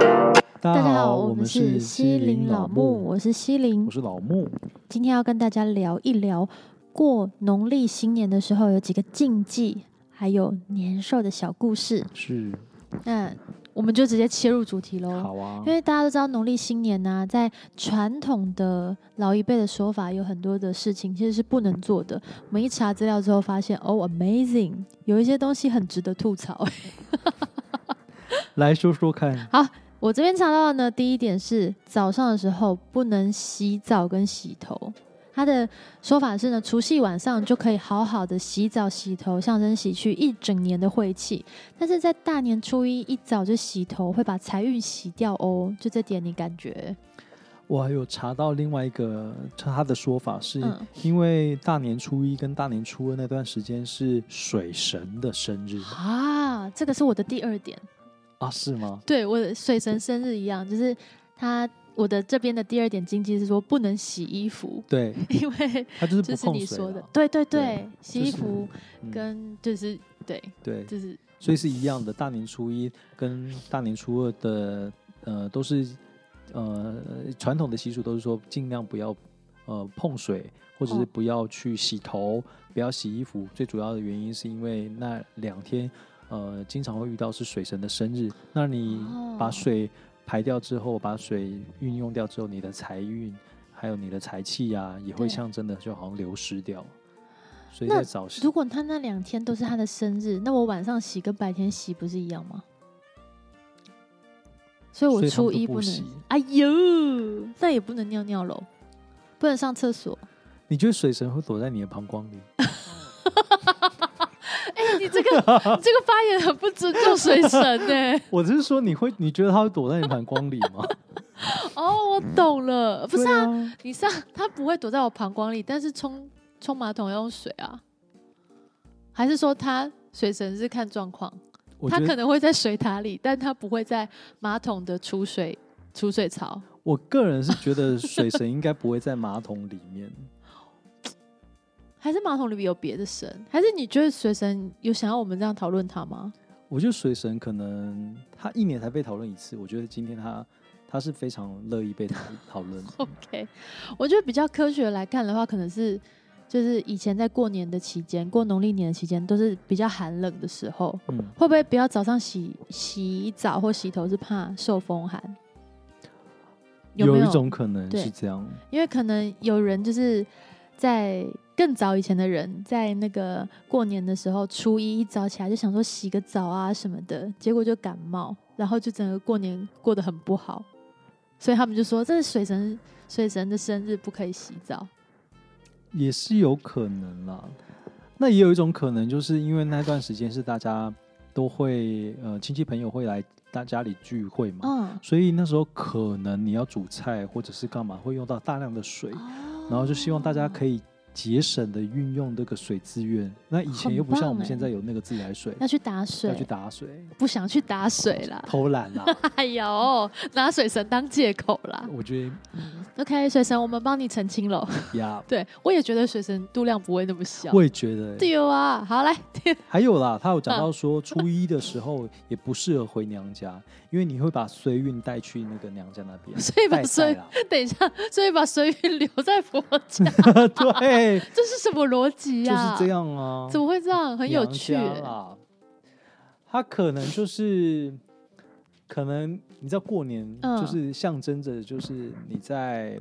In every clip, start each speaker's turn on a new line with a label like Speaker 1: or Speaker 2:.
Speaker 1: 大
Speaker 2: 大家好，我们是西林老木，我是西林
Speaker 1: 我。是老木。
Speaker 2: 今天要跟大家聊一聊，过农历新年的时候有几个禁忌，还有年兽的小故事。
Speaker 1: 是，
Speaker 2: 那我们就直接切入主题喽。
Speaker 1: 好啊
Speaker 2: 哦因，为大家都知道农历新年呢、在传统的老一辈的说法，有很多的事情其实是不能做的。我们一查资料之后发现，哦，amazing，有一些东西很值得吐槽。
Speaker 1: 来说说看。
Speaker 2: 我这边查到的呢，第一点是早上的时候不能洗澡跟洗头。他的说法是呢，除夕晚上就可以好好的洗澡洗头，象征洗去一整年的晦气。但是在大年初一一早就洗头，会把财运洗掉哦。就这点你感觉？
Speaker 1: 我还有查到另外一个他的说法是，
Speaker 2: 嗯
Speaker 1: 因为大年初一跟大年初二那段时间是水神的生日
Speaker 2: 啊，这个是我的第二点，
Speaker 1: 啊，是吗？
Speaker 2: 对我的水神生日一样，就是他我的这边的第二点禁忌是说不能洗衣服，
Speaker 1: 对，
Speaker 2: 因为
Speaker 1: 他就是不
Speaker 2: 就是
Speaker 1: 碰
Speaker 2: 你
Speaker 1: 水
Speaker 2: 说的
Speaker 1: 啦，
Speaker 2: 对对
Speaker 1: 对
Speaker 2: 对，洗
Speaker 1: 就
Speaker 2: 衣
Speaker 1: 是
Speaker 2: 服
Speaker 1: 嗯
Speaker 2: 跟就是对，
Speaker 1: 对，
Speaker 2: 就是
Speaker 1: 所以是一样的。大年初一跟大年初二的呃都是呃传统的习俗，都是说尽量不要呃碰水，或者是
Speaker 2: 哦
Speaker 1: 不要去洗头，不要洗衣服。最主要的原因是因为那两天呃经常会遇到是水神的生日，那你把
Speaker 2: 哦
Speaker 1: 水排掉之后，把水运用掉之后，你的财运还有你的财气呀、也会
Speaker 2: 对
Speaker 1: 象征的就好像流失掉。所以
Speaker 2: 那
Speaker 1: 在早上
Speaker 2: 如果他那两天都是他的生日，那我晚上洗跟白天洗不是一样吗？所以我
Speaker 1: 所以他
Speaker 2: 初
Speaker 1: 们就
Speaker 2: 一
Speaker 1: 不
Speaker 2: 能
Speaker 1: 洗，
Speaker 2: 哎呦，那也不能尿尿喽，不能上厕所。
Speaker 1: 你觉得水神会躲在你的膀胱里？
Speaker 2: 哎、你 这个你这个发言很不尊重水神呢、
Speaker 1: 我只是说，你会你觉得他会躲在你膀胱里吗？
Speaker 2: 哦，我懂了， 不是啊，
Speaker 1: 对啊，
Speaker 2: 你上他不会躲在我膀胱里，但是冲冲马桶要用水啊，还是说他水神是看状况？
Speaker 1: 我
Speaker 2: 它
Speaker 1: 觉
Speaker 2: 可
Speaker 1: 得
Speaker 2: 能会在水塔里，但它不会在马桶的储水储水槽。
Speaker 1: 我个人是觉得水神应该不会在马桶里面。
Speaker 2: 还是马桶里面有别的神？还是你觉得水神有想要我们这样讨论它吗？
Speaker 1: 我觉得水神可能他一年才被讨论一次，我觉得今天他他是非常乐意被讨讨论的。
Speaker 2: OK，我觉得比较科学来看的话，可能是就是以前在过年的期间，过农历年的期间都是比较寒冷的时候，
Speaker 1: 嗯，
Speaker 2: 会不会不要早上洗洗澡或洗头是怕受风寒？有没
Speaker 1: 一种可能
Speaker 2: 对
Speaker 1: 是这样，
Speaker 2: 因为可能有人就是在更早以前的人，在那个过年的时候，初一一早起来就想说洗个澡啊什么的，结果就感冒，然后就整个过年过得很不好，所以他们就说这是水神水神的生日，不可以洗澡。
Speaker 1: 也是有可能啦。那也有一种可能，就是因为那段时间是大家都会呃亲戚朋友会来大家里聚会嘛，
Speaker 2: 嗯，
Speaker 1: 所以那时候可能你要煮菜或者是干嘛，会用到大量的水，然后就希望大家
Speaker 2: 以
Speaker 1: 可以节省的运用这个水资源。那以前又不像我们现在有那个自来水，
Speaker 2: 要去打哦水
Speaker 1: 要，去打水，
Speaker 2: 不想去打水啦。
Speaker 1: 偷懒啦。
Speaker 2: 哎呦，拿水神当借口啦。
Speaker 1: 我觉得
Speaker 2: OK，水神，我们帮你澄清了。
Speaker 1: 呀，
Speaker 2: 对我也觉得水神度量不会那么小。
Speaker 1: 我也觉得欸。
Speaker 2: 对啊，好来，
Speaker 1: 还有啦，他有讲到说，初一的时候也不适合回娘家，因为你会把衰运带去那个娘家那边，
Speaker 2: 所以把
Speaker 1: 带
Speaker 2: 衰
Speaker 1: 赛啦。
Speaker 2: 等一下，所以把水运留在佛 家，
Speaker 1: 对，
Speaker 2: 这是什么逻辑
Speaker 1: 就
Speaker 2: 呀、
Speaker 1: 是这，样啊。
Speaker 2: 怎么会这样？很有
Speaker 1: 娘
Speaker 2: 趣、欸
Speaker 1: 家啦。他可能就是，可能你知道过年
Speaker 2: 嗯
Speaker 1: 就是象征着就是你在。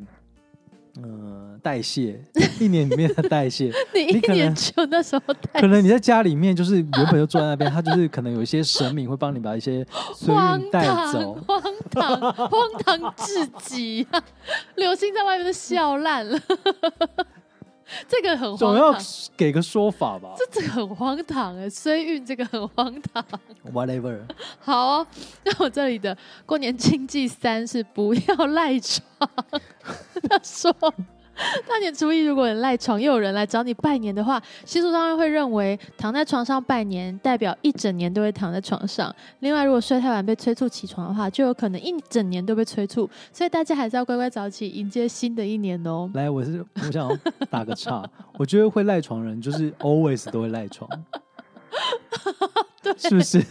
Speaker 1: 嗯、代谢一年里面的代 谢，
Speaker 2: 你一
Speaker 1: 你可
Speaker 2: 年
Speaker 1: 能
Speaker 2: 就那时候太
Speaker 1: 可能你在家里面就是原本就坐在那边，他就是可能有一些神明会帮你把一些衰
Speaker 2: 荒
Speaker 1: 运带
Speaker 2: 唐
Speaker 1: 走，，
Speaker 2: 荒唐，荒唐至极啊！刘星在外面都笑烂了， 这个很
Speaker 1: 总
Speaker 2: 荒
Speaker 1: 要
Speaker 2: 唐，
Speaker 1: 给个说法吧。
Speaker 2: 这这个很荒唐哎、衰运这个很荒唐。
Speaker 1: Whatever，
Speaker 2: 好哦、那我这里的过年禁忌三是不要赖床。他说，大年初一如果你赖床，又有人来找你拜年的话，习俗上面会认为躺在床上拜年代表一整年都会躺在床上。另外，如果睡太晚被催促起床的话，就有可能一整年都被催促。所以大家还是要乖乖早起，迎接新的一年哦。
Speaker 1: 来，我是我想要打个岔，我觉 得会赖床人就是 always 都会赖床，是不是？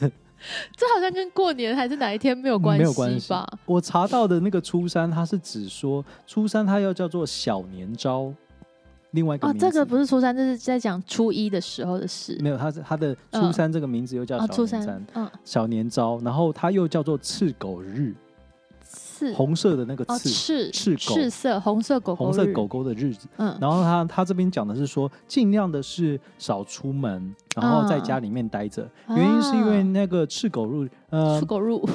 Speaker 2: 这好像跟过年还是哪一天没有关
Speaker 1: 没有关
Speaker 2: 系吧？
Speaker 1: 我查到的那个初三，它是只说初三，它要叫做小年朝，另外一个
Speaker 2: 哦，
Speaker 1: 名字、
Speaker 2: 这个不是初三，这是在讲初一的时候的事。
Speaker 1: 没有，它是它的初三这个名字又叫
Speaker 2: 嗯哦，
Speaker 1: 小
Speaker 2: 初
Speaker 1: 年
Speaker 2: 三
Speaker 1: 朝、，
Speaker 2: 嗯，
Speaker 1: 小年朝，然后它又叫做赤狗日，
Speaker 2: 刺
Speaker 1: 红色的那个
Speaker 2: 哦，
Speaker 1: 赤，
Speaker 2: 赤
Speaker 1: 赤狗
Speaker 2: 赤色红色狗狗
Speaker 1: 红色
Speaker 2: 日
Speaker 1: 狗，狗的日子。
Speaker 2: 嗯，
Speaker 1: 然后他他这边讲的是说，尽量的是少出门，然后在家里面待着。
Speaker 2: 嗯啊
Speaker 1: 原因是因为那个赤狗日，呃
Speaker 2: 出，狗入，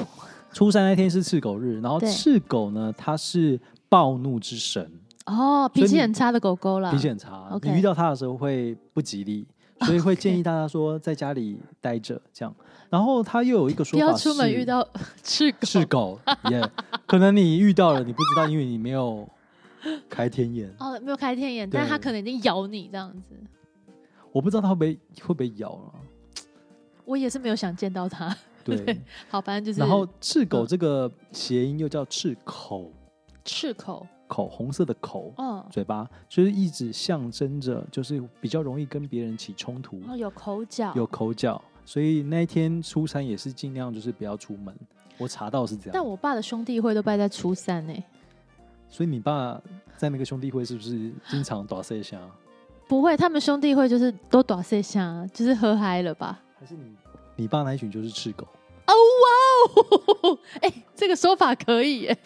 Speaker 1: 初三那天是赤狗日，然后
Speaker 2: 对
Speaker 1: 赤狗呢，它是暴怒之神，
Speaker 2: 哦，
Speaker 1: 所以
Speaker 2: 脾气
Speaker 1: 你
Speaker 2: 很差的狗狗啦，
Speaker 1: 脾气很差，
Speaker 2: OK
Speaker 1: 你遇到它的时候会不吉利，所以会建议大家说在家里待着这样。然后他又有一个
Speaker 2: 不
Speaker 1: 说法
Speaker 2: 要
Speaker 1: 是，
Speaker 2: 出门 遇到赤狗，
Speaker 1: 赤狗，也、 可能你遇到了，你不知道，因为你没有开天眼，
Speaker 2: 哦，没有开天眼，
Speaker 1: 对
Speaker 2: 但它可能已经咬你这样子。
Speaker 1: 我不知道它会不会会不会咬了、
Speaker 2: 我也是没有想见到它。
Speaker 1: 对。
Speaker 2: 好，反正就是，
Speaker 1: 然后赤狗
Speaker 2: 嗯
Speaker 1: 这个谐音又叫赤口，
Speaker 2: 赤口，
Speaker 1: 口红色的口，
Speaker 2: 嗯，
Speaker 1: 嘴巴就是一直象征着就是比较容易跟别人起冲突，
Speaker 2: 然后有口角，
Speaker 1: 有口角，所以那一天初三也是尽量就是不要出门。我查到是这
Speaker 2: 但
Speaker 1: 样，
Speaker 2: 我爸的兄弟会都拜在初三呢、欸
Speaker 1: 所以你爸在那个兄弟会是不是经常打碎下？
Speaker 2: 不会，他们兄弟会就是都短睡香，就是喝嗨了吧？
Speaker 1: 还是你你爸那一群就是赤狗？
Speaker 2: 哦， 哎、这个说法可以耶、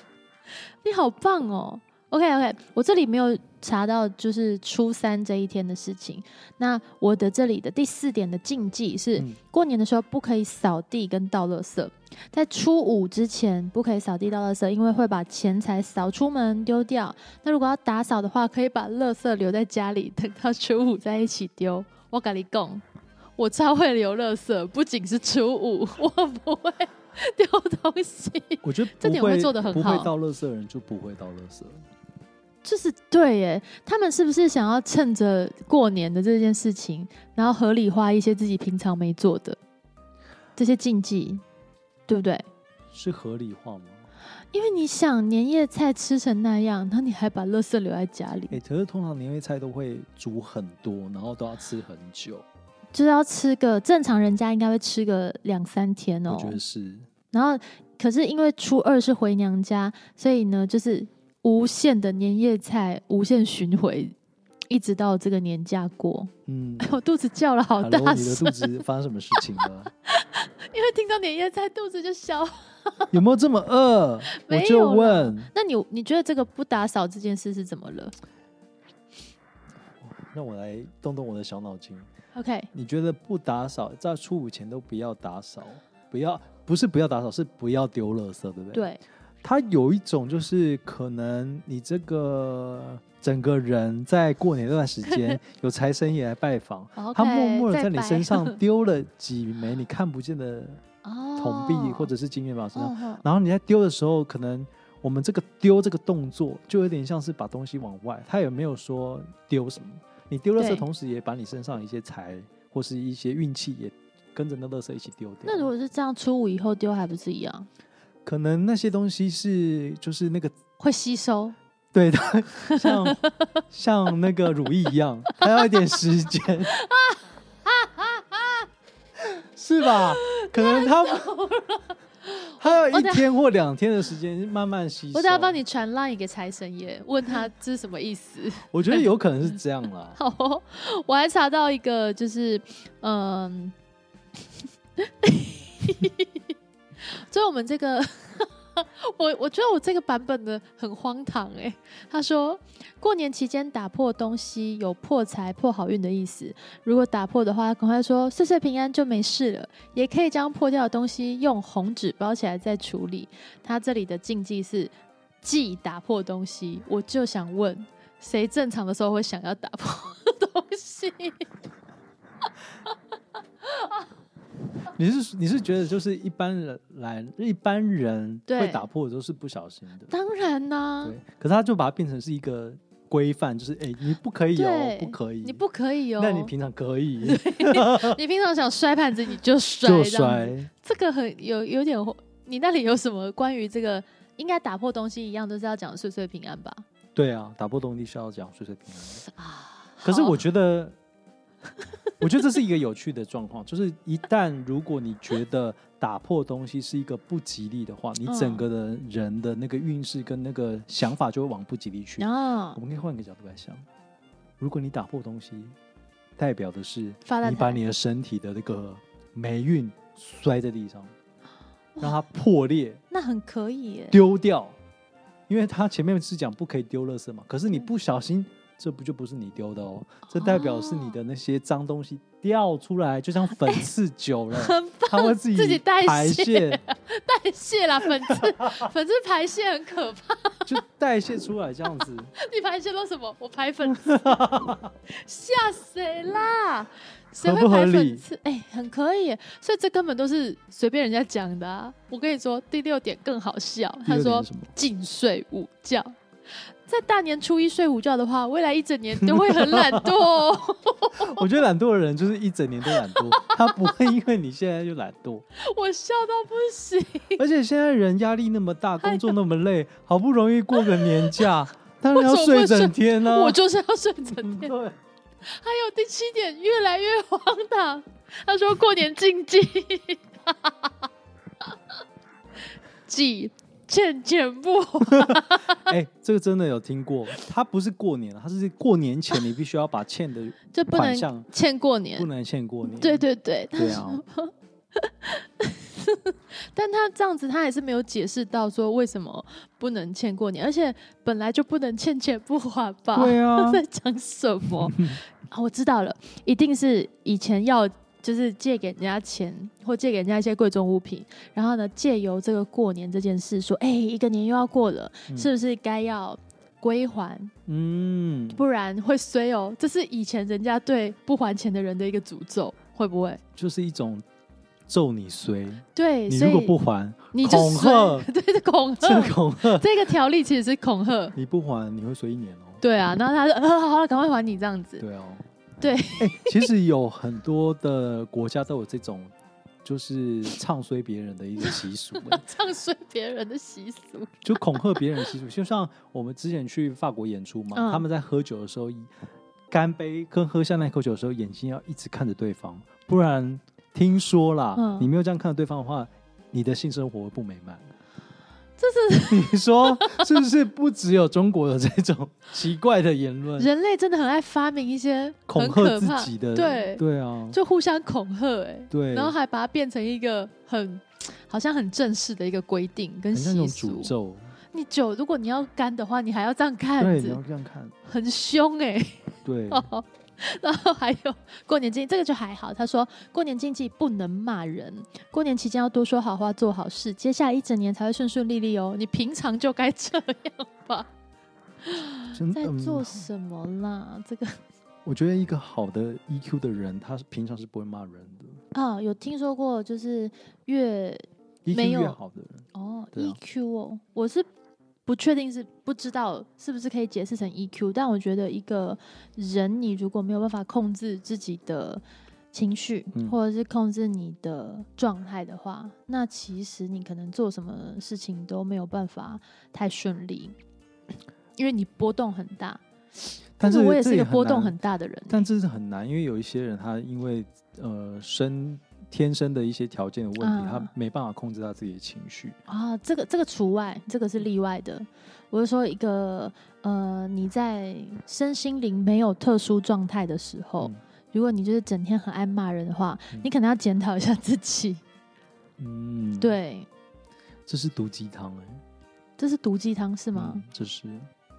Speaker 2: 你好棒哦。OK OK，我这里没有查到就是初三这一天的事情。那我的这里的第四点的禁忌是，
Speaker 1: 嗯
Speaker 2: 过年的时候不可以扫地跟倒垃圾，在初五之前不可以扫地倒垃圾，因为会把钱财扫出门丢掉。那如果要打扫的话，可以把垃圾留在家里，等到初五再一起丢。我跟你讲，我超会留垃圾，不仅是初五， 我不会丢东西，
Speaker 1: 我觉得
Speaker 2: 这
Speaker 1: 不
Speaker 2: 点我会做得很
Speaker 1: 不
Speaker 2: 好
Speaker 1: 会到垃圾的人就不会到垃圾。
Speaker 2: 就是对耶。他们是不是想要趁着过年的这件事情，然后合理化一些自己平常没做的这些禁忌，对不对？
Speaker 1: 是合理化吗？
Speaker 2: 因为你想年夜菜吃成那样，然后你还把垃圾留在家里
Speaker 1: 哎、，可是通常年夜菜都会煮很多，然后都要吃很久，
Speaker 2: 就是要吃个正常人家应该会吃个两三天哦
Speaker 1: 我。觉得是。
Speaker 2: 然后可是因为初二是回娘家，所以呢就是无限的年夜菜，无限巡回，一直到这个年假过。
Speaker 1: 嗯，
Speaker 2: 我肚子叫了 好
Speaker 1: Hello，
Speaker 2: 大
Speaker 1: 你的
Speaker 2: 声，
Speaker 1: 肚子发生什么事情了？
Speaker 2: 因为听到年夜菜肚子就消。
Speaker 1: 有没有这么饿？我
Speaker 2: 没
Speaker 1: 就
Speaker 2: 有啦
Speaker 1: 问，
Speaker 2: 那你你觉得这个不打扫这件事是怎么了
Speaker 1: 让我来动动我的小脑筋。
Speaker 2: ？OK，
Speaker 1: 你觉得不打扫，在初五前都不要打扫，不要不是不要打扫，是不要丢垃圾，对不对？。
Speaker 2: 对，
Speaker 1: 它有一种就是可能你这个整个人在过年这段时间有财神爷来拜访，
Speaker 2: OK，
Speaker 1: 他默默的
Speaker 2: 再
Speaker 1: 在你
Speaker 2: 摆
Speaker 1: 身上丢了几枚你看不见的
Speaker 2: 哦
Speaker 1: 铜币或者是金元宝身上，
Speaker 2: 嗯哼
Speaker 1: 然后你在丢的时候，可能我们这个丢这个动作就有点像是把东西往外，他也没有说丢什么，你丢垃圾
Speaker 2: 对
Speaker 1: 同时也把你身上一些财或是一些运气也跟着那垃圾一起丢掉。
Speaker 2: 那如果是这样，初五以后丢还不是一样？
Speaker 1: 可能那些东西是就是那个
Speaker 2: 会吸收，
Speaker 1: 对 它像像那个乳液一样，它要一点时间，是吧？可能 它它要
Speaker 2: 我
Speaker 1: 一
Speaker 2: 等下
Speaker 1: 天或两天的时间慢慢吸收。
Speaker 2: 我等下帮你传 line 给财神爷，问他这是什么意思。。
Speaker 1: 我觉得有可能是这样啦
Speaker 2: 好、哦，我还查到一个，就是嗯， 就我们这个， 我我觉得我这个版本的很荒唐哎、他说过年期间打破东西有破财破好运的意思，如果打破的话，赶快说岁岁平安就没事了。也可以将破掉的东西用红纸包起来再处理。他这里的禁忌是忌打破东西，我就想问。谁正常的时候会想要打破东西？
Speaker 1: 你是你是觉得就是一般人来一般人
Speaker 2: 对
Speaker 1: 会打破的都是不小心的，
Speaker 2: 当然啦、
Speaker 1: 对。可是他就把它变成是一个规范，就是哎、你不可以哦
Speaker 2: 对，
Speaker 1: 不可以，
Speaker 2: 你不可以哦。
Speaker 1: 那你平常可 以哦
Speaker 2: 你平常想摔盘子你就摔，
Speaker 1: 就
Speaker 2: 这样子
Speaker 1: 摔。
Speaker 2: 这个很有有点，你那里有什么关于这个应该打破东西一样，都是要讲岁岁平安吧？
Speaker 1: 对啊，打破动力是要讲岁岁平安的。
Speaker 2: 啊，
Speaker 1: 可是
Speaker 2: 好
Speaker 1: 我觉得我觉得这是一个有趣的状况，就是一旦如果你觉得打破东西是一个不吉利的话，
Speaker 2: 嗯
Speaker 1: 你整个的人的那个运势跟那个想法就会往不吉利去。
Speaker 2: 然后
Speaker 1: 我们可以换个角度来想，如果你打破东西，代表的是
Speaker 2: 发大
Speaker 1: 你把
Speaker 2: 财
Speaker 1: 你的身体的那个霉运摔在地上，让
Speaker 2: 啊
Speaker 1: 它破裂
Speaker 2: 那很可以耶，
Speaker 1: 丢掉，因为它前面是讲不可以丢垃圾嘛，可是你
Speaker 2: 对
Speaker 1: 不小心。这不就不是你丢的哦，这代表是你的那些脏东西掉出来，就像 粉刺久了，
Speaker 2: 很
Speaker 1: 它会自己
Speaker 2: 自己代
Speaker 1: 排
Speaker 2: 谢
Speaker 1: 泄，
Speaker 2: 代谢啦，粉刺 粉刺排泄很可怕。
Speaker 1: 就代谢出来这样子。
Speaker 2: 你排泄到什么？我排粉 刺，吓谁啦？谁
Speaker 1: 合
Speaker 2: 会
Speaker 1: 不合
Speaker 2: 排
Speaker 1: 理
Speaker 2: 粉刺？哎、很可以耶，所以这根本都是随便人家讲的啊。我跟你说，第六点更好笑，
Speaker 1: 第
Speaker 2: 他
Speaker 1: 二点
Speaker 2: 说
Speaker 1: 是什么
Speaker 2: 尽睡午觉。在大年初一睡午觉的话，未来一整年都会很懒惰、哦。
Speaker 1: 我觉得懒惰的人就是一整年都懒惰，他不会因为你现在就懒惰，
Speaker 2: 我笑到不行，
Speaker 1: 而且现在人压力那么大，工作那么 累，好不容易过个年假，当然要睡整天呢、啊。
Speaker 2: 我就是要睡整 天。
Speaker 1: 对，
Speaker 2: 还有第七点，越来越荒唐。他说过年禁忌，忌渐渐不 好。
Speaker 1: 哎、这个真的有听过，他不是过年，他是过年前你必须要把欠的
Speaker 2: 这不
Speaker 1: 款项
Speaker 2: 能欠过年
Speaker 1: 不。能欠过年。
Speaker 2: 对对对，
Speaker 1: 对啊，
Speaker 2: 但他这样子，他还是没有解释到说为什么不能欠过年，而且本来就不能欠钱不还吧？
Speaker 1: 对 啊
Speaker 2: 在讲什么？
Speaker 1: 嗯
Speaker 2: 啊，我知道了，一定是以前要就是借给人家钱，或借给人家一些贵重物品，然后呢，借由这个过年这件事说，哎、一个年又要过了，
Speaker 1: 嗯
Speaker 2: 是不是该要归还？
Speaker 1: 嗯，
Speaker 2: 不然会衰哦。这是以前人家对不还钱的人的一个诅咒，会不会？
Speaker 1: 就是一种咒你随，
Speaker 2: 对，
Speaker 1: 你
Speaker 2: 所
Speaker 1: 如
Speaker 2: 以嗯
Speaker 1: 果不 还，
Speaker 2: 你就
Speaker 1: 恐
Speaker 2: 衰
Speaker 1: 吓
Speaker 2: 对，是恐吓
Speaker 1: 这。个恐吓，
Speaker 2: 这个条例其实是恐吓，
Speaker 1: 你不还你会随一年哦。
Speaker 2: 对啊，然后他说，呃，好了，赶快还你这样子，
Speaker 1: 对哦，
Speaker 2: 对
Speaker 1: 哎、其实有很多的国家都有这种，就是唱衰别人的一个习俗、哎
Speaker 2: 唱衰别人的习俗，
Speaker 1: 就恐吓别人的习俗。就像我们之前去法国演出嘛，
Speaker 2: 嗯
Speaker 1: 他们在喝酒的时候，干杯跟喝下那一口酒的时候，眼睛要一直看着对方，不然听说啦，
Speaker 2: 嗯
Speaker 1: 你没有这样看着对方的话。你的性生活会不美满，
Speaker 2: 这是
Speaker 1: 你说是不是？不只有中国有这种奇怪的言论，
Speaker 2: 人类真的很爱发明一些
Speaker 1: 恐
Speaker 2: 很可
Speaker 1: 吓自
Speaker 2: 怕
Speaker 1: 己的，
Speaker 2: 对，
Speaker 1: 对啊，
Speaker 2: 就互相恐吓，哎，
Speaker 1: 对，
Speaker 2: 然后还把它变成一个很好像很正式的一个规定跟
Speaker 1: 很像那
Speaker 2: 习
Speaker 1: 种
Speaker 2: 俗
Speaker 1: 诅。咒，
Speaker 2: 你酒如果你要干的话，你还要这样看
Speaker 1: 对，你要
Speaker 2: 子，
Speaker 1: 这样看，
Speaker 2: 很凶哎、
Speaker 1: 对，
Speaker 2: 然后还有过年禁忌，这个就还好。他说过年禁忌不能骂人，过年期间要多说好话，做好事，接下来一整年才会顺顺利利哦。你平常就该这样吧？
Speaker 1: 真
Speaker 2: 在做
Speaker 1: 嗯。
Speaker 2: 什么啦？这个
Speaker 1: 我觉得一个好的 EQ 的人，他是平常是不会骂人的
Speaker 2: 啊，有听说过，就是越没
Speaker 1: ，EQ
Speaker 2: 有
Speaker 1: ，E 越好的人，
Speaker 2: 哦、
Speaker 1: 对啊
Speaker 2: EQ 哦，我是不确定是不知道是不是可以解释成 EQ，但我觉得一个人你如果没有办法控制自己的情绪，
Speaker 1: 嗯
Speaker 2: 或者是控制你的状态的话，那其实你可能做什么事情都没有办法太顺利，因为你波动很大。
Speaker 1: 但是
Speaker 2: 我也
Speaker 1: 这
Speaker 2: 是一个
Speaker 1: 很
Speaker 2: 波动
Speaker 1: 难
Speaker 2: 很，大的人，
Speaker 1: 但这是很难，因为有一些人他因为呃生天生的一些条件的问题，
Speaker 2: 嗯
Speaker 1: 他没办法控制他自己的情绪，
Speaker 2: 啊，这个这个除外，这个是例外的。我是说一个呃，你在身心灵没有特殊状态的时候，
Speaker 1: 嗯
Speaker 2: 如果你就是整天很爱骂人的话，
Speaker 1: 嗯
Speaker 2: 你可能要检讨一下自己。
Speaker 1: 嗯，，
Speaker 2: 对，
Speaker 1: 这是毒鸡汤哎，
Speaker 2: 这是毒鸡汤是
Speaker 1: 是
Speaker 2: 吗？
Speaker 1: 这是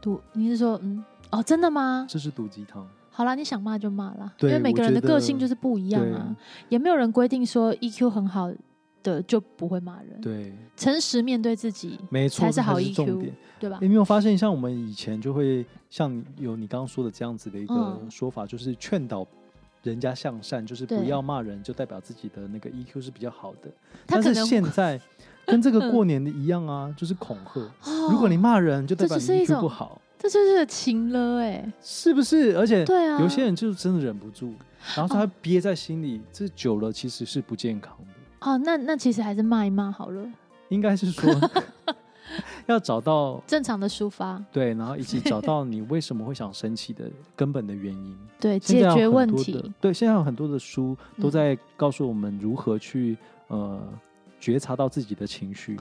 Speaker 2: 毒，你是说嗯？哦，真的吗？
Speaker 1: 这是毒鸡汤，
Speaker 2: 好啦，你想骂就骂啦，因
Speaker 1: 对
Speaker 2: 为每个人的
Speaker 1: 我觉得
Speaker 2: 个性就是不一样啊，也没有人规定说 EQ 很好的就不会骂人。
Speaker 1: 对，
Speaker 2: 诚实面对自己，
Speaker 1: 没错，
Speaker 2: 嗯才
Speaker 1: 这
Speaker 2: 是好 E
Speaker 1: 是重
Speaker 2: EQ
Speaker 1: 点。
Speaker 2: 对吧
Speaker 1: 你？有没有发现，像我们以前就会像你有你刚刚说的这样子的一个
Speaker 2: 嗯
Speaker 1: 说法，就是劝导人家向善，就是不
Speaker 2: 对
Speaker 1: 要骂人，就代表自己的那个 EQ 是比较好的。
Speaker 2: 他
Speaker 1: 但
Speaker 2: 可
Speaker 1: 是
Speaker 2: 能
Speaker 1: 现 在跟这个过年的一样啊，就是恐吓。
Speaker 2: 哦
Speaker 1: 如果你骂人，就代表
Speaker 2: 这
Speaker 1: 你
Speaker 2: 就是一
Speaker 1: EQ
Speaker 2: 种
Speaker 1: 不好，
Speaker 2: 这就是情了哎、
Speaker 1: 是不是？而且
Speaker 2: 对啊哦
Speaker 1: 有些人就是真的忍不住，然后他憋在心里，这久了其实是不健康的。
Speaker 2: 哦，那那其实还是骂一骂好了。
Speaker 1: 应该是说，要找到
Speaker 2: 正常的抒发，
Speaker 1: 对，然后一 起找到你为什么会想生气的根本的原因。
Speaker 2: 对，
Speaker 1: 现
Speaker 2: 解
Speaker 1: 在有
Speaker 2: 决
Speaker 1: 很
Speaker 2: 问
Speaker 1: 多的
Speaker 2: 题，
Speaker 1: 对，现在有很多的书都
Speaker 2: 嗯
Speaker 1: 在告诉我们如何去呃觉察到自己的情绪。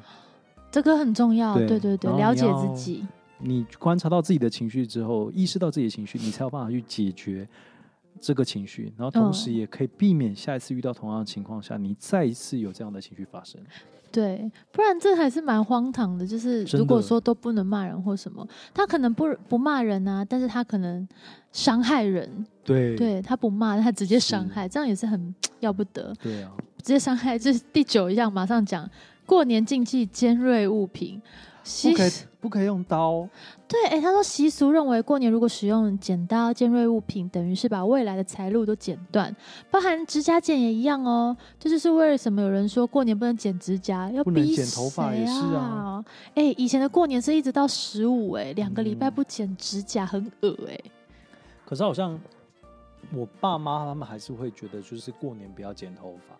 Speaker 2: 这个很重要。
Speaker 1: 对
Speaker 2: 对对对，
Speaker 1: 然后
Speaker 2: 了
Speaker 1: 你
Speaker 2: 解
Speaker 1: 要
Speaker 2: 自己，
Speaker 1: 你观察到自己的情绪之后，意识到自己的情绪，你才有办法去解决这个情绪，然后同
Speaker 2: 嗯
Speaker 1: 时也可以避免下一次遇到同样的情况下，你再一次有这样的情绪发生。
Speaker 2: 对，不然这还是蛮荒唐的。就是
Speaker 1: 真
Speaker 2: 如果
Speaker 1: 的
Speaker 2: 说都不能骂人或什么，他可能不不骂人啊，但是他可能伤害人。
Speaker 1: 对
Speaker 2: 对他不骂，他直接伤
Speaker 1: 是
Speaker 2: 害，这样也是很要不得。
Speaker 1: 对啊，
Speaker 2: 直接伤害，这是第九样，马上讲。过年禁忌尖锐物品，习
Speaker 1: 不可以不可以用刀，
Speaker 2: 对，哎、他说习俗认为过年如果使用剪刀、尖锐物品，等于是把未来的财路都剪断，包含指甲剪也一样哦。这就是为什么有人说过年不能剪指甲，要
Speaker 1: 不能
Speaker 2: 逼
Speaker 1: 剪头发
Speaker 2: 谁
Speaker 1: 也是
Speaker 2: 啊
Speaker 1: 啊。
Speaker 2: 哎、以前的过年是一直到十五，哎，两个礼拜
Speaker 1: 嗯
Speaker 2: 不剪指甲很恶哎、
Speaker 1: 可是好像我爸妈他们还是会觉得，就是过年不要剪头发。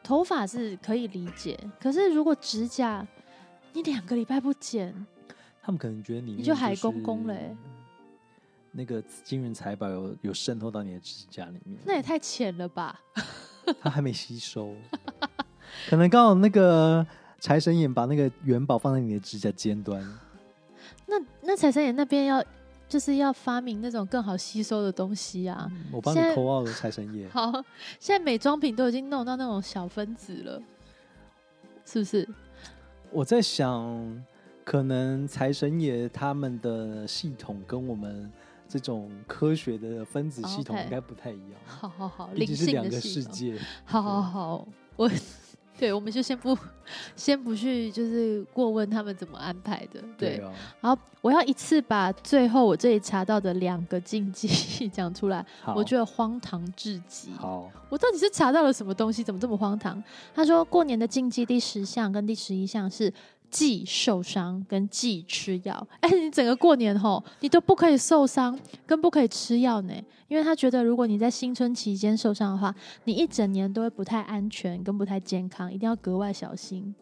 Speaker 2: 头发是可以理解，可是如果指甲你两个礼拜不剪，
Speaker 1: 他们可能觉得里面
Speaker 2: 你就海公公了欸
Speaker 1: 嘞，那个金元财宝有有渗透到你的指甲里面，
Speaker 2: 那也太浅了吧？
Speaker 1: 它还没吸收，可能刚好那个财神眼把那个元宝放在你的指甲尖端，
Speaker 2: 那那财神爷那边要就是要发明那种更好吸收的东西啊。
Speaker 1: 我帮你
Speaker 2: 现在
Speaker 1: 扣到了财神爷，
Speaker 2: 好，现在美妆品都已经弄到那种小分子了，是不是？
Speaker 1: 我在想，可能财神爷他们的系统跟我们这种科学的分子系统
Speaker 2: OK
Speaker 1: 应该不太一样，
Speaker 2: 好好好，
Speaker 1: 毕
Speaker 2: 灵
Speaker 1: 竟是
Speaker 2: 性
Speaker 1: 两
Speaker 2: 的
Speaker 1: 个世
Speaker 2: 系
Speaker 1: 啊
Speaker 2: 统。
Speaker 1: 界。
Speaker 2: 好好好，我对，我们就先不先不去就是过问他们怎么安排的，对。
Speaker 1: 对啊，
Speaker 2: 好，我要一次把最后我这里查到的两个禁忌 讲出来，
Speaker 1: 好，
Speaker 2: 我觉得荒唐至极。
Speaker 1: 好，
Speaker 2: 我到底是查到了什么东西？怎么这么荒唐？他说，过年的禁忌第十项跟第十一项是忌受伤跟忌吃药。 哎、你整个过年吼，你都不可以受伤，跟不可以吃药呢，因为他觉得如果你在新春期间受伤的话，你一整年都会不太安全跟不太健康，一定要格外小心。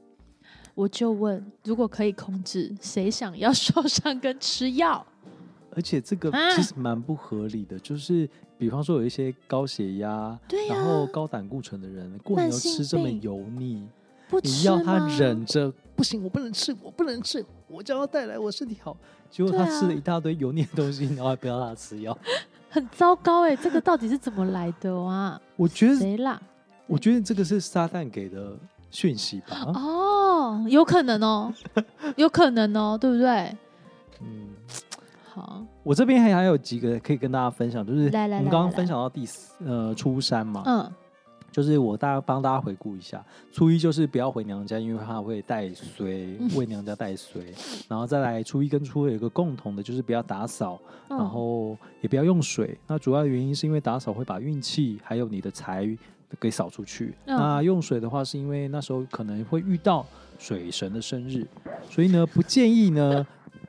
Speaker 2: 我就问，如果可以控制，谁想要受伤跟吃药？
Speaker 1: 而且这个
Speaker 2: 啊
Speaker 1: 其实蛮不合理的，就是比方说有一些高血压，
Speaker 2: 对啊呀、
Speaker 1: 然后高胆固醇的人，过年
Speaker 2: 慢
Speaker 1: 又
Speaker 2: 性
Speaker 1: 吃这么
Speaker 2: 病
Speaker 1: 油腻，
Speaker 2: 不
Speaker 1: 你
Speaker 2: 吃
Speaker 1: 要
Speaker 2: 吗？
Speaker 1: 他忍着，不行，我不能吃，我不能吃，我就要带来我身体好。结果
Speaker 2: 对
Speaker 1: 他
Speaker 2: 啊
Speaker 1: 吃了一大堆油腻的东西，然后还不让他吃药。
Speaker 2: 很糟糕哎、这个到底是怎么来的啊？
Speaker 1: 我觉得，
Speaker 2: 谁啦？
Speaker 1: 我觉得这个是撒旦给的讯息吧。
Speaker 2: 哦，有可 能哦，有可能哦，对不对？
Speaker 1: 嗯，
Speaker 2: 好，
Speaker 1: 我这边还还有几个可以跟大家分享，就是
Speaker 2: 来来
Speaker 1: 我们
Speaker 2: 来
Speaker 1: 刚刚
Speaker 2: 来来
Speaker 1: 分享到第四呃初三嘛，
Speaker 2: 嗯，
Speaker 1: 就是我大家帮大家回顾一下，初一就是不要回娘家，因为怕会带衰，
Speaker 2: 嗯
Speaker 1: 为娘家带衰。然后再来初一跟初二有一个共同的，就是不要打扫，
Speaker 2: 嗯
Speaker 1: 然后也不要用水。那主要原因是因为打扫会把运气还有你的财给扫出去。
Speaker 2: 嗯
Speaker 1: 那用水的话，是因为那时候可能会遇到水神的生日，所以呢不建议呢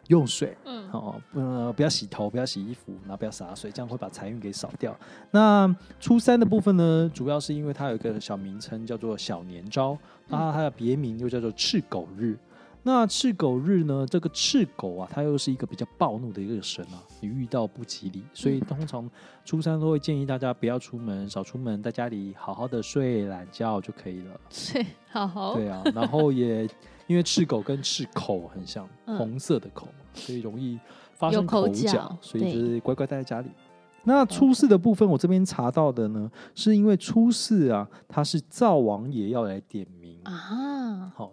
Speaker 1: 用水。
Speaker 2: 嗯
Speaker 1: 哦，不、呃，不要洗头，不要洗衣服，然后不要洒水，这样会把财运给扫掉。那初三的部分呢，主要是因为它有一个小名称叫做小年朝，那它的别名又叫做赤狗日。那赤狗日呢，这个赤狗啊，它又是一个比较暴怒的一个神啊，你遇到不吉利，所以通常初三都会建议大家不要出门，少出门，在家里好好的睡懒觉就可以了。
Speaker 2: 对，好，
Speaker 1: 对啊，然后也因为赤狗跟赤口很像，
Speaker 2: 嗯
Speaker 1: 红色的口，所以容易发
Speaker 2: 有
Speaker 1: 生
Speaker 2: 口
Speaker 1: 口
Speaker 2: 角
Speaker 1: 角，所以
Speaker 2: 对
Speaker 1: 就是乖乖待在家里。那初四的部分，我这边查到的呢，是因为初四啊，他是灶王爷要来点名。
Speaker 2: 啊，
Speaker 1: 好，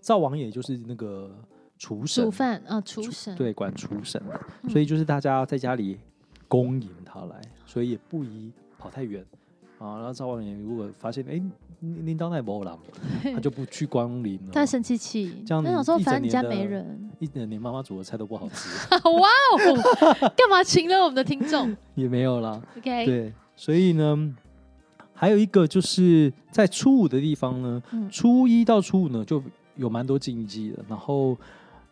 Speaker 1: 灶王爷就是那个厨神
Speaker 2: 煮，饭啊，厨神，
Speaker 1: 对，管厨神的，
Speaker 2: 嗯
Speaker 1: 所以就是大家在家里恭迎他来，所以也不宜跑太远啊。然后灶王爷如果发现，哎、您您当那没人，他就不去光临 了。
Speaker 2: 他生气气，
Speaker 1: 这样
Speaker 2: 那
Speaker 1: 你
Speaker 2: 种说
Speaker 1: 一
Speaker 2: 反
Speaker 1: 整
Speaker 2: 正你家
Speaker 1: 年的
Speaker 2: 没人，
Speaker 1: 一整年妈妈煮的菜都不好吃，
Speaker 2: 哇哦，干嘛请了我们的听 众
Speaker 1: 也没有啦。
Speaker 2: ？OK，
Speaker 1: 对，所以呢，还有一个就是在初五的地方呢，
Speaker 2: 嗯
Speaker 1: 初一到初五呢就有蛮多禁忌的。然后，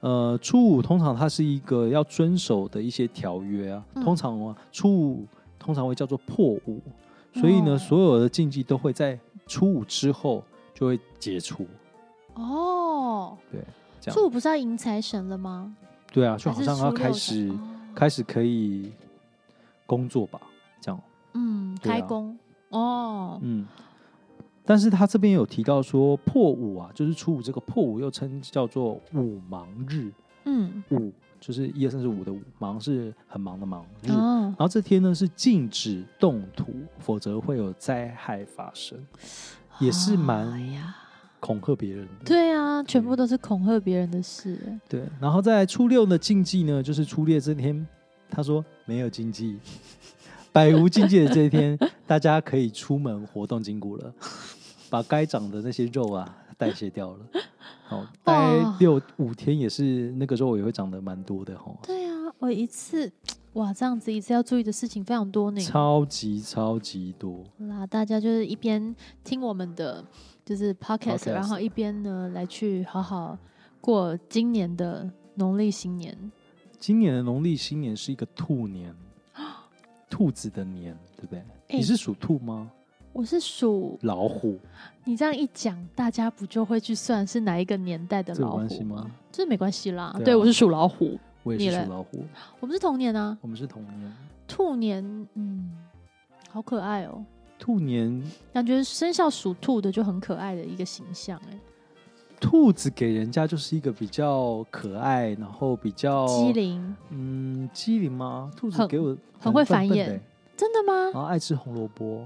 Speaker 1: 呃，初五通常它是一个要遵守的一些条约啊，
Speaker 2: 嗯
Speaker 1: 通常啊，初五通常会叫做破五，所以呢，
Speaker 2: 哦
Speaker 1: 所有的禁忌都会在初五之后就会解除。
Speaker 2: 哦，
Speaker 1: 对，这样
Speaker 2: 初五不是要迎财神了吗？
Speaker 1: 对啊，就好
Speaker 2: 还是
Speaker 1: 像要
Speaker 2: 初六
Speaker 1: 开
Speaker 2: 才
Speaker 1: 始
Speaker 2: 哦
Speaker 1: 开始可以工作吧，这样。
Speaker 2: 嗯，
Speaker 1: 对啊
Speaker 2: 开工哦，
Speaker 1: 嗯，但是他这边有提到说破五啊，就是初五这个破五又称叫做五忙日，
Speaker 2: 嗯，
Speaker 1: 五就是一二三四五的五，忙是很忙的忙日。
Speaker 2: 哦，
Speaker 1: 然后这天呢是禁止动土，否则会有灾害发生，也是蛮
Speaker 2: 哎呀，
Speaker 1: 恐吓别人的。
Speaker 2: 对啊，全部都是恐吓别人的事，哎
Speaker 1: 对，然后在初六的禁忌呢，就是初六这天，他说没有禁忌， 百无禁忌的这一天，大家可以出门活动筋骨了，把该长的那些肉啊代谢掉了。哦，大概六五天也是那个肉也会长得蛮多的哦，
Speaker 2: 对啊，我一次哇，这样子一次要注意的事情非常多呢。
Speaker 1: 超级超级多。
Speaker 2: 好啦，大家就是一边听我们的就是 podcast，,
Speaker 1: Podcast
Speaker 2: 然后一边呢来去好好过今年的农历新年。
Speaker 1: 今年的农历新年是一个兔年，兔子的年，对不对？
Speaker 2: 哎
Speaker 1: 你是属兔吗？
Speaker 2: 我是属
Speaker 1: 老虎，
Speaker 2: 你这样一讲，大家不就会去算是哪一个年代的
Speaker 1: 这有
Speaker 2: 老
Speaker 1: 关
Speaker 2: 虎
Speaker 1: 系吗？
Speaker 2: 这没关系啦，
Speaker 1: 对啊
Speaker 2: 对我是属老虎，
Speaker 1: 我也
Speaker 2: 你
Speaker 1: 是
Speaker 2: 嘞
Speaker 1: 属老虎，
Speaker 2: 我们是同年啊，
Speaker 1: 我们是同年。
Speaker 2: 兔年，嗯，好可爱哦、
Speaker 1: 兔年
Speaker 2: 感觉生肖属兔的就很可爱的一个形象、欸，
Speaker 1: 兔子给人家就是一个比较可爱，然后比较
Speaker 2: 机灵，
Speaker 1: 嗯，机灵吗？兔子
Speaker 2: 很
Speaker 1: 给我
Speaker 2: 很会
Speaker 1: 笨
Speaker 2: 繁
Speaker 1: 笨的欸
Speaker 2: 衍，真的吗？
Speaker 1: 然后爱吃红萝卜，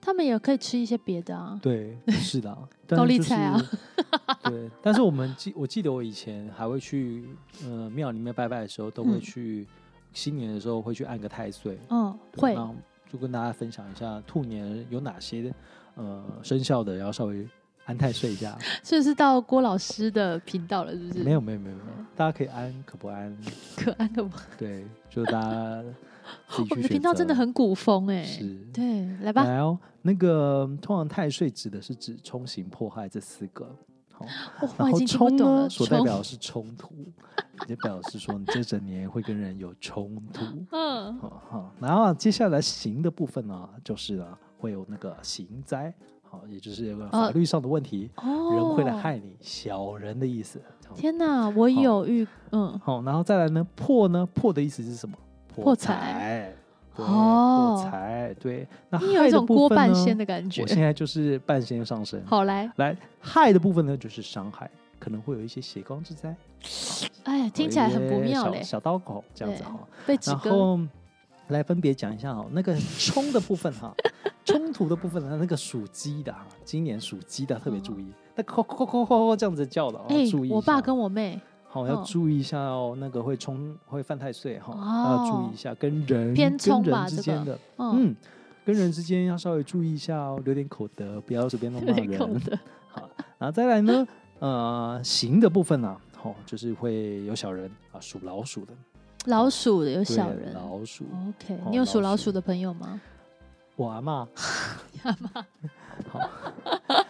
Speaker 2: 他们也可以吃一些别的啊。
Speaker 1: 对，是 的啊，但
Speaker 2: 高
Speaker 1: 是
Speaker 2: 丽
Speaker 1: 就是
Speaker 2: 菜啊，
Speaker 1: 对。但是我们记，我记得我以前还会去呃庙里面拜拜的时候，都会
Speaker 2: 嗯
Speaker 1: 去、新年的时候会去按个太岁，
Speaker 2: 嗯，
Speaker 1: 对
Speaker 2: 会，
Speaker 1: 那就跟大家分享一下兔年有哪些呃生肖的，然后稍微安太岁一下。
Speaker 2: 所以是到郭老师的频道了，是不是？
Speaker 1: 没有没有没有没有，大家可以安可不安。
Speaker 2: 可安可不，
Speaker 1: 对，就大家自己去
Speaker 2: 我们
Speaker 1: 选
Speaker 2: 的哦频道真的
Speaker 1: 择
Speaker 2: 很古风哎、
Speaker 1: 是。
Speaker 2: 对，来吧，
Speaker 1: 来哦，那个通常太岁指的是指冲刑迫害这四个，好，
Speaker 2: 哦我
Speaker 1: 然
Speaker 2: 已
Speaker 1: 后
Speaker 2: 经听不
Speaker 1: 冲
Speaker 2: 懂了。
Speaker 1: 呢所代
Speaker 2: 冲
Speaker 1: 表的是冲突，也表示说你这整年会跟人有冲突，
Speaker 2: 嗯，
Speaker 1: 好好，然后接下来刑的部分呢，就是呢会有那个刑灾，好，也就是有个法
Speaker 2: 哦
Speaker 1: 律上的问题，
Speaker 2: 哦，
Speaker 1: 人会来害你，小人的意思，这样子
Speaker 2: 天哪，我
Speaker 1: 好
Speaker 2: 有遇，嗯，
Speaker 1: 好，然后再来呢，破呢，破的意思是什么？
Speaker 2: 破
Speaker 1: 财
Speaker 2: 财。
Speaker 1: 对，
Speaker 2: 哦
Speaker 1: 破财。对，那
Speaker 2: 你有
Speaker 1: 害
Speaker 2: 一
Speaker 1: 的
Speaker 2: 种
Speaker 1: 部
Speaker 2: 郭
Speaker 1: 分
Speaker 2: 半
Speaker 1: 呢
Speaker 2: 仙的感觉
Speaker 1: 我。现在就是半仙上身。
Speaker 2: 好来，
Speaker 1: 来害的部分呢，就是伤害，可能会有一些血光之灾，
Speaker 2: 哎呀，听起来
Speaker 1: 有一
Speaker 2: 很不
Speaker 1: 些
Speaker 2: 妙
Speaker 1: 小
Speaker 2: 嘞，
Speaker 1: 小刀口这样子
Speaker 2: 对
Speaker 1: 哈。
Speaker 2: 被指
Speaker 1: 然
Speaker 2: 哥
Speaker 1: 后来分别讲一下哈，那个冲的部分哈，冲突的部分呢，那个属鸡的哈，啊今年属鸡的特别注意，那扣扣扣扣扣这样子叫的哦，
Speaker 2: 哦哎
Speaker 1: 注意，一
Speaker 2: 我爸
Speaker 1: 下
Speaker 2: 跟我妹
Speaker 1: 好，要
Speaker 2: 嗯
Speaker 1: 注意一下哦，那个会冲会犯太岁哈，要注意一下跟人
Speaker 2: 哦偏
Speaker 1: 跟
Speaker 2: 冲
Speaker 1: 人
Speaker 2: 吧
Speaker 1: 之
Speaker 2: 这
Speaker 1: 间
Speaker 2: 个
Speaker 1: 的，
Speaker 2: 嗯，
Speaker 1: 嗯，跟人之间要稍微注意一下哦，留点口德，不要随便弄骂
Speaker 2: 对口
Speaker 1: 人。
Speaker 2: 的，
Speaker 1: 好，然后再来呢，呃，行的部分呢、啊，哦，就是会有小人啊，属老鼠的，
Speaker 2: 老鼠的有
Speaker 1: 对
Speaker 2: 小人。
Speaker 1: 老鼠，
Speaker 2: OK，
Speaker 1: 哦
Speaker 2: 你有属
Speaker 1: 老
Speaker 2: 老
Speaker 1: 鼠
Speaker 2: 鼠的朋友吗？
Speaker 1: 我阿妈，好，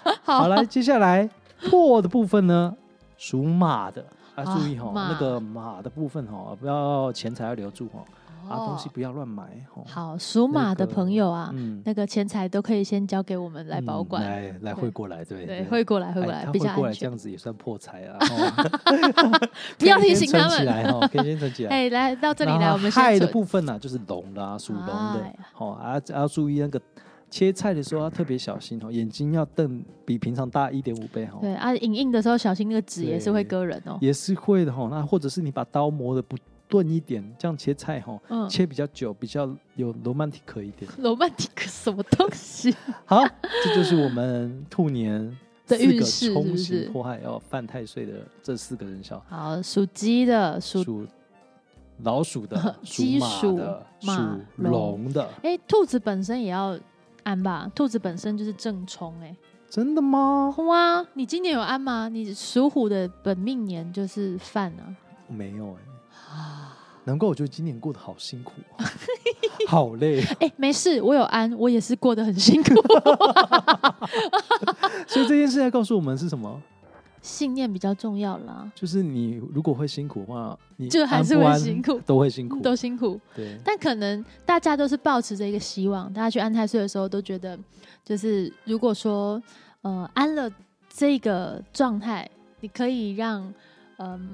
Speaker 2: 好
Speaker 1: 好来，接下来破的部分呢，属马的。啊，
Speaker 2: 啊
Speaker 1: 注意哈、
Speaker 2: 马
Speaker 1: 那个马的部分哈、不要钱财要留住哈、啊，
Speaker 2: 哦
Speaker 1: 东西不要乱买哈。
Speaker 2: 好，属马的
Speaker 1: 个
Speaker 2: 朋友啊，
Speaker 1: 嗯，
Speaker 2: 那个钱财都可以先交给我们来保
Speaker 1: 嗯
Speaker 2: 管，
Speaker 1: 来来
Speaker 2: 对
Speaker 1: 会过来，对
Speaker 2: 对，会过来，会过
Speaker 1: 哎
Speaker 2: 来，
Speaker 1: 他
Speaker 2: 比较
Speaker 1: 会过
Speaker 2: 安
Speaker 1: 来这
Speaker 2: 全
Speaker 1: 样。子也算破财啊！哦
Speaker 2: 不要
Speaker 1: 可以
Speaker 2: 提
Speaker 1: 先
Speaker 2: 醒他
Speaker 1: 存起
Speaker 2: 们
Speaker 1: 来哈，可以先存 起来。
Speaker 2: 哎，来到这里
Speaker 1: 然
Speaker 2: 来，
Speaker 1: 后
Speaker 2: 我们先
Speaker 1: 害的
Speaker 2: 存
Speaker 1: 部分呢、就是龙的啊，属龙的
Speaker 2: 哎，
Speaker 1: 哦啊，要注意那个切菜的时候要特别小心哦，眼睛要瞪比平常大一点五倍哈、
Speaker 2: 对啊，影印的时候小心那个纸也是会
Speaker 1: 对
Speaker 2: 割人哦。
Speaker 1: 也是会的哈、那或者是你把刀磨的不钝一点，这样切菜哈、
Speaker 2: 嗯，
Speaker 1: 切比较久，比较有 romantic 一点。
Speaker 2: 罗曼蒂克什么东西？
Speaker 1: 好，这就是我们兔年
Speaker 2: 的
Speaker 1: 四
Speaker 2: 运
Speaker 1: 个
Speaker 2: 势是
Speaker 1: 冲
Speaker 2: 不是
Speaker 1: 刑迫害要犯太岁的这四个人肖，
Speaker 2: 好，属鸡的属，、
Speaker 1: 属老鼠的
Speaker 2: 鸡
Speaker 1: 属马的、
Speaker 2: 鼠马
Speaker 1: 属龙的，
Speaker 2: 哎，兔子本身也要安吧？兔子本身就是正冲哎。
Speaker 1: 真的吗？
Speaker 2: 哇，你今年有安吗？你属虎的本命年就是犯啊。
Speaker 1: 没有哎、难怪我觉得今年过得好辛苦、哦， 好累。
Speaker 2: 哎，没事，我有安，我也是过得很辛苦，
Speaker 1: 所以这件事在告诉我们是什么？
Speaker 2: 信念比较重要啦，
Speaker 1: 就是你如果会辛苦的话，你
Speaker 2: 就还
Speaker 1: 安
Speaker 2: 是
Speaker 1: 不
Speaker 2: 会
Speaker 1: 安
Speaker 2: 辛苦
Speaker 1: 都会辛苦。
Speaker 2: 都辛苦。
Speaker 1: 对，
Speaker 2: 但可能大家都是抱持着一个希望，大家去安太岁的时候都觉得，就是如果说呃安了这个状态，你可以让嗯，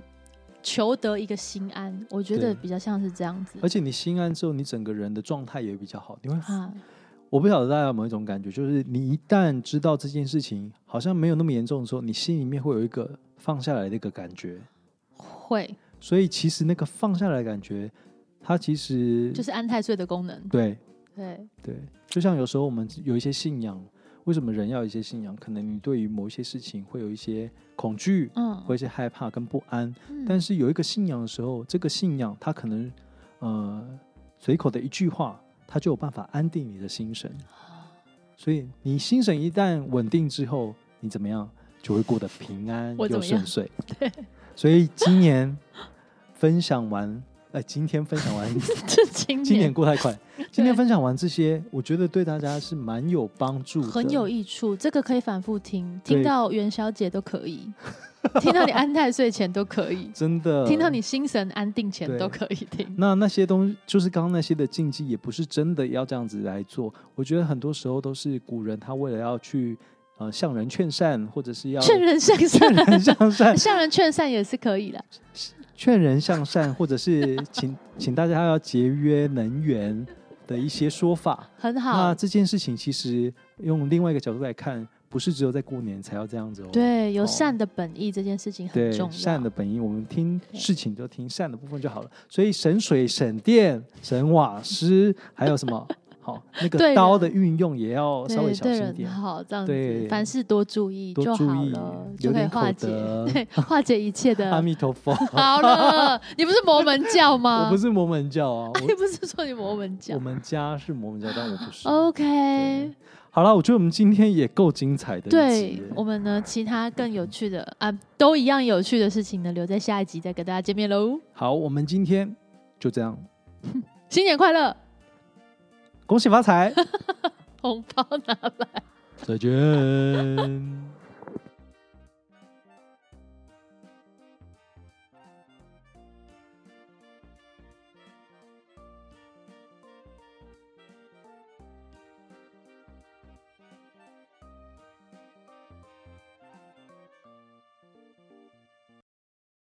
Speaker 2: 求得一个心安，我觉得
Speaker 1: 对
Speaker 2: 比较像是这样子
Speaker 1: 而且你心安之后，你整个人的状态也比较好。你会，
Speaker 2: 啊。
Speaker 1: 我不晓得大家有没有一种感觉，就是你一旦知道这件事情好像没有那么严重的时候，你心里面会有一个放下来的一个感觉。
Speaker 2: 会，
Speaker 1: 所以其实那个放下来的感觉，它其实
Speaker 2: 就是安太岁的功能。
Speaker 1: 对
Speaker 2: 对，
Speaker 1: 对，就像有时候我们有一些信仰，为什么人要有一些信仰？可能你对于某一些事情会有一些恐惧，
Speaker 2: 嗯，
Speaker 1: 会有一些害怕跟不安，
Speaker 2: 嗯
Speaker 1: 但是有一个信仰的时候，这个信仰它可能呃随口的一句话，它就有办法安定你的心神。
Speaker 2: 啊
Speaker 1: 所以你心神一旦稳定之后，你怎么样就会过得平安
Speaker 2: 我怎
Speaker 1: 又
Speaker 2: 么样
Speaker 1: 顺 遂。所以今年分享完，呃，今天分享完，
Speaker 2: 这今
Speaker 1: 今年过太快，今天
Speaker 2: 对
Speaker 1: 分享完这些，我觉得对大家是蛮有帮助的，
Speaker 2: 很有益处，这个可以反复听，
Speaker 1: 对
Speaker 2: 听到元宵节都可以，听到你安太岁前都 可以，
Speaker 1: 真的
Speaker 2: 听到你心神安定前
Speaker 1: 嗯对
Speaker 2: 都可以听。
Speaker 1: 那那些东西，就是刚刚那些的禁忌，也不是真的要这样子来做。我觉得很多时候都是古人他为了要去呃向人劝善，或者是要
Speaker 2: 劝人向
Speaker 1: 劝
Speaker 2: 善，，
Speaker 1: 人向善
Speaker 2: 向人劝善也是可以的。
Speaker 1: 劝人向善，或者是请 请大家要节约能源的一些说法。
Speaker 2: 很
Speaker 1: 那
Speaker 2: 好。
Speaker 1: 这件事情其实用另外一个角度来看，不是只有在过年才要这样子哦。
Speaker 2: 对，有
Speaker 1: 哦
Speaker 2: 善的本意这件事情很
Speaker 1: 对
Speaker 2: 重要。
Speaker 1: 善的本意，我们听
Speaker 2: 对
Speaker 1: 事情就听善的部分就好了。所以省水、省电、省瓦斯，还有什 么？好，那
Speaker 2: 对
Speaker 1: 个
Speaker 2: 人
Speaker 1: 刀的运用也要稍微
Speaker 2: 对
Speaker 1: 小
Speaker 2: 对
Speaker 1: 心一
Speaker 2: 人
Speaker 1: 点。
Speaker 2: 好，这样子
Speaker 1: 对
Speaker 2: 凡事多注意
Speaker 1: 多
Speaker 2: 就
Speaker 1: 注
Speaker 2: 好
Speaker 1: 意
Speaker 2: 了，就
Speaker 1: 留点
Speaker 2: 可以
Speaker 1: 口
Speaker 2: 化解，
Speaker 1: 德
Speaker 2: 对，化解一 切的
Speaker 1: 阿弥陀佛，
Speaker 2: 好了，你不是摩门教吗？
Speaker 1: 我不是摩门教啊，
Speaker 2: 你不是说你摩门
Speaker 1: 我
Speaker 2: 教
Speaker 1: 我们家是摩门教，但我不是。
Speaker 2: ？OK，
Speaker 1: 好了，我觉得我们今天也够精彩的一集
Speaker 2: 对
Speaker 1: 耶。
Speaker 2: 我们呢，其他更有趣的啊，都一样有趣的事情呢，留在下一集再跟大家见面喽。
Speaker 1: 好，我们今天就这样，
Speaker 2: 新年快乐，
Speaker 1: 恭喜发财，
Speaker 2: 红包拿来。
Speaker 1: 再见。